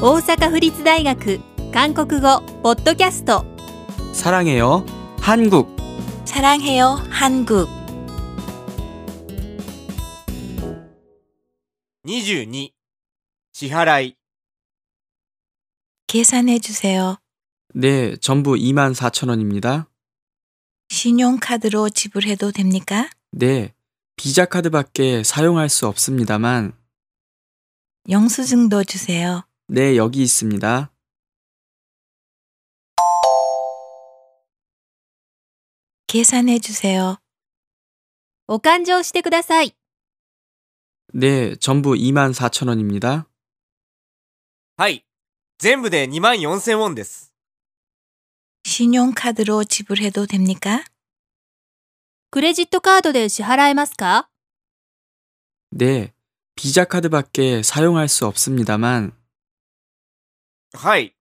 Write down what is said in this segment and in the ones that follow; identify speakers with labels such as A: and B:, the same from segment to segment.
A: 大阪府立大学韓国語ポッドキャスト
B: 사랑해요. 한국.
C: 사랑해요 한국
D: 22支払い
C: 계산해 주세요.
B: 네, 전부 24,000원입니다.
C: 신용카드로 지불해도 됩니까?
B: 네, 비자 카드밖에 사용할 수 없습니다만,
C: 영수증도 주세요.
B: 네, 여기 있습니다.
C: 계산해 주세요.
A: お勘定してください
B: 네, 전부 24,000원입니다.
D: はい全部で2万4000ウォンです
C: 신용카드로 지불해도 됩니까?
A: クレジットカードで支払えますか
B: 네, 비자 카드밖에 사용할 수 없습니다만,
D: はい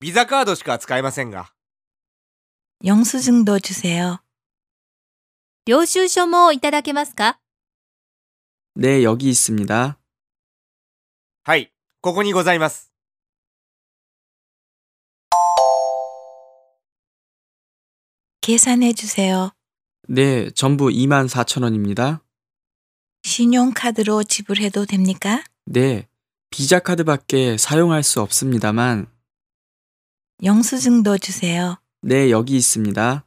D: ビザカードしか使えませんが
C: 영수증도 주세요.
A: 領収書もいただけますか
B: 네, 여기 있습니다.
D: はいここにございます
C: 계산해 주세요.
B: 네, 전부 24,000원입니다.
C: 신용카드로 지불해도 됩니까?
B: 네, 비자 카드밖에 사용할 수 없습니다만,
C: 영수증도 주세요.
B: 네, 여기 있습니다.